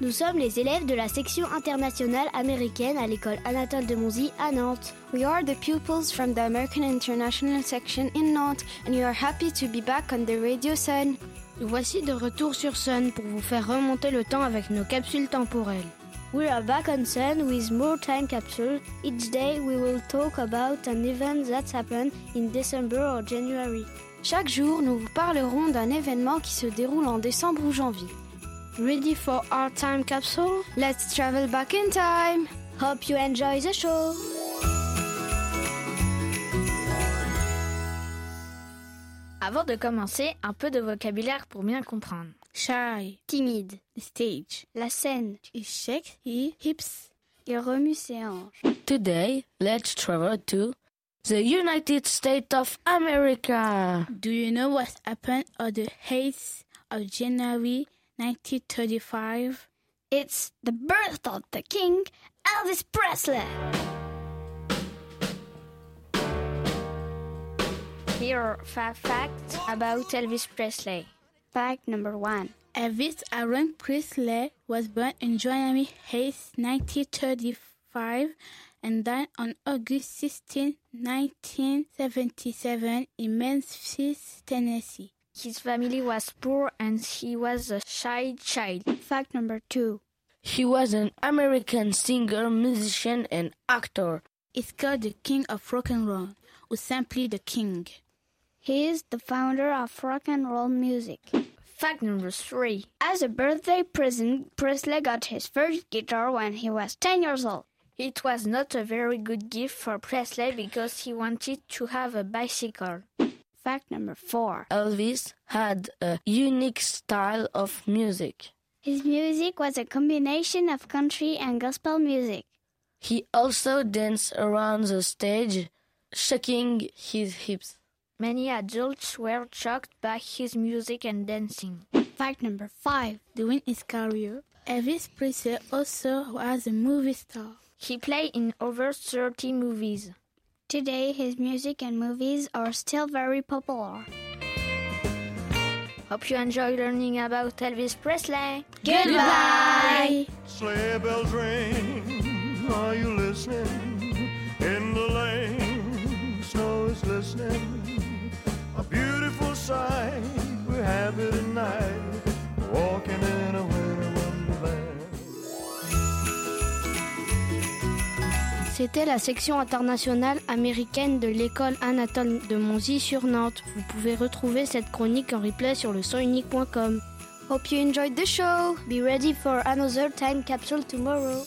Nous sommes les élèves de la section internationale américaine à l'école Anatole de Monzy à Nantes. We are the pupils from the American International section in Nantes and we are happy to be back on the Radio Sun. Nous voici de retour sur Sun pour vous faire remonter le temps avec nos capsules temporelles. We are back on Sun with more time capsule. Each day we will talk about an event that happened in December or January. Chaque jour, nous vous parlerons d'un événement qui se déroule en décembre ou janvier. Ready for our time capsule? Let's travel back in time! Hope you enjoy the show! Avant de commencer, un peu de vocabulaire pour bien comprendre. Shy, timide, stage, la scène, échec, et hips. Il remue ses hanches. Today, let's travel to the United States of America. Do you know what happened on the 8th of January 1935? It's the birth of the king, Elvis Presley. Here are five facts about Elvis Presley. Fact number one. Elvis Aaron Presley was born on January 8, 1935 and died on August 16, 1977 in Memphis, Tennessee. His family was poor and he was a shy child. Fact number two. He was an American singer, musician, and actor. He's called the king of rock and roll, or simply the king. He is the founder of rock and roll music. Fact number three. As a birthday present, Presley got his first guitar when he was 10 years old. It was not a very good gift for Presley because he wanted to have a bicycle. Fact number four. Elvis had a unique style of music. His music was a combination of country and gospel music. He also danced around the stage, shaking his hips. Many adults were shocked by his music and dancing. Fact number five. During his career, Elvis Presley also was a movie star. He played in over 30 movies. Today, his music and movies are still very popular. Hope you enjoy learning about Elvis Presley. Goodbye! Sleigh bells ring, are you listening? In the lane, snow is listening a beautiful sight. We're happy tonight, walking in a winter wonderland. C'était la section internationale américaine de l'école Anatole de Monzy sur Nantes. Vous pouvez retrouver cette chronique en replay sur le sonunique.com. Hope you enjoyed the show! Be ready for another time capsule tomorrow.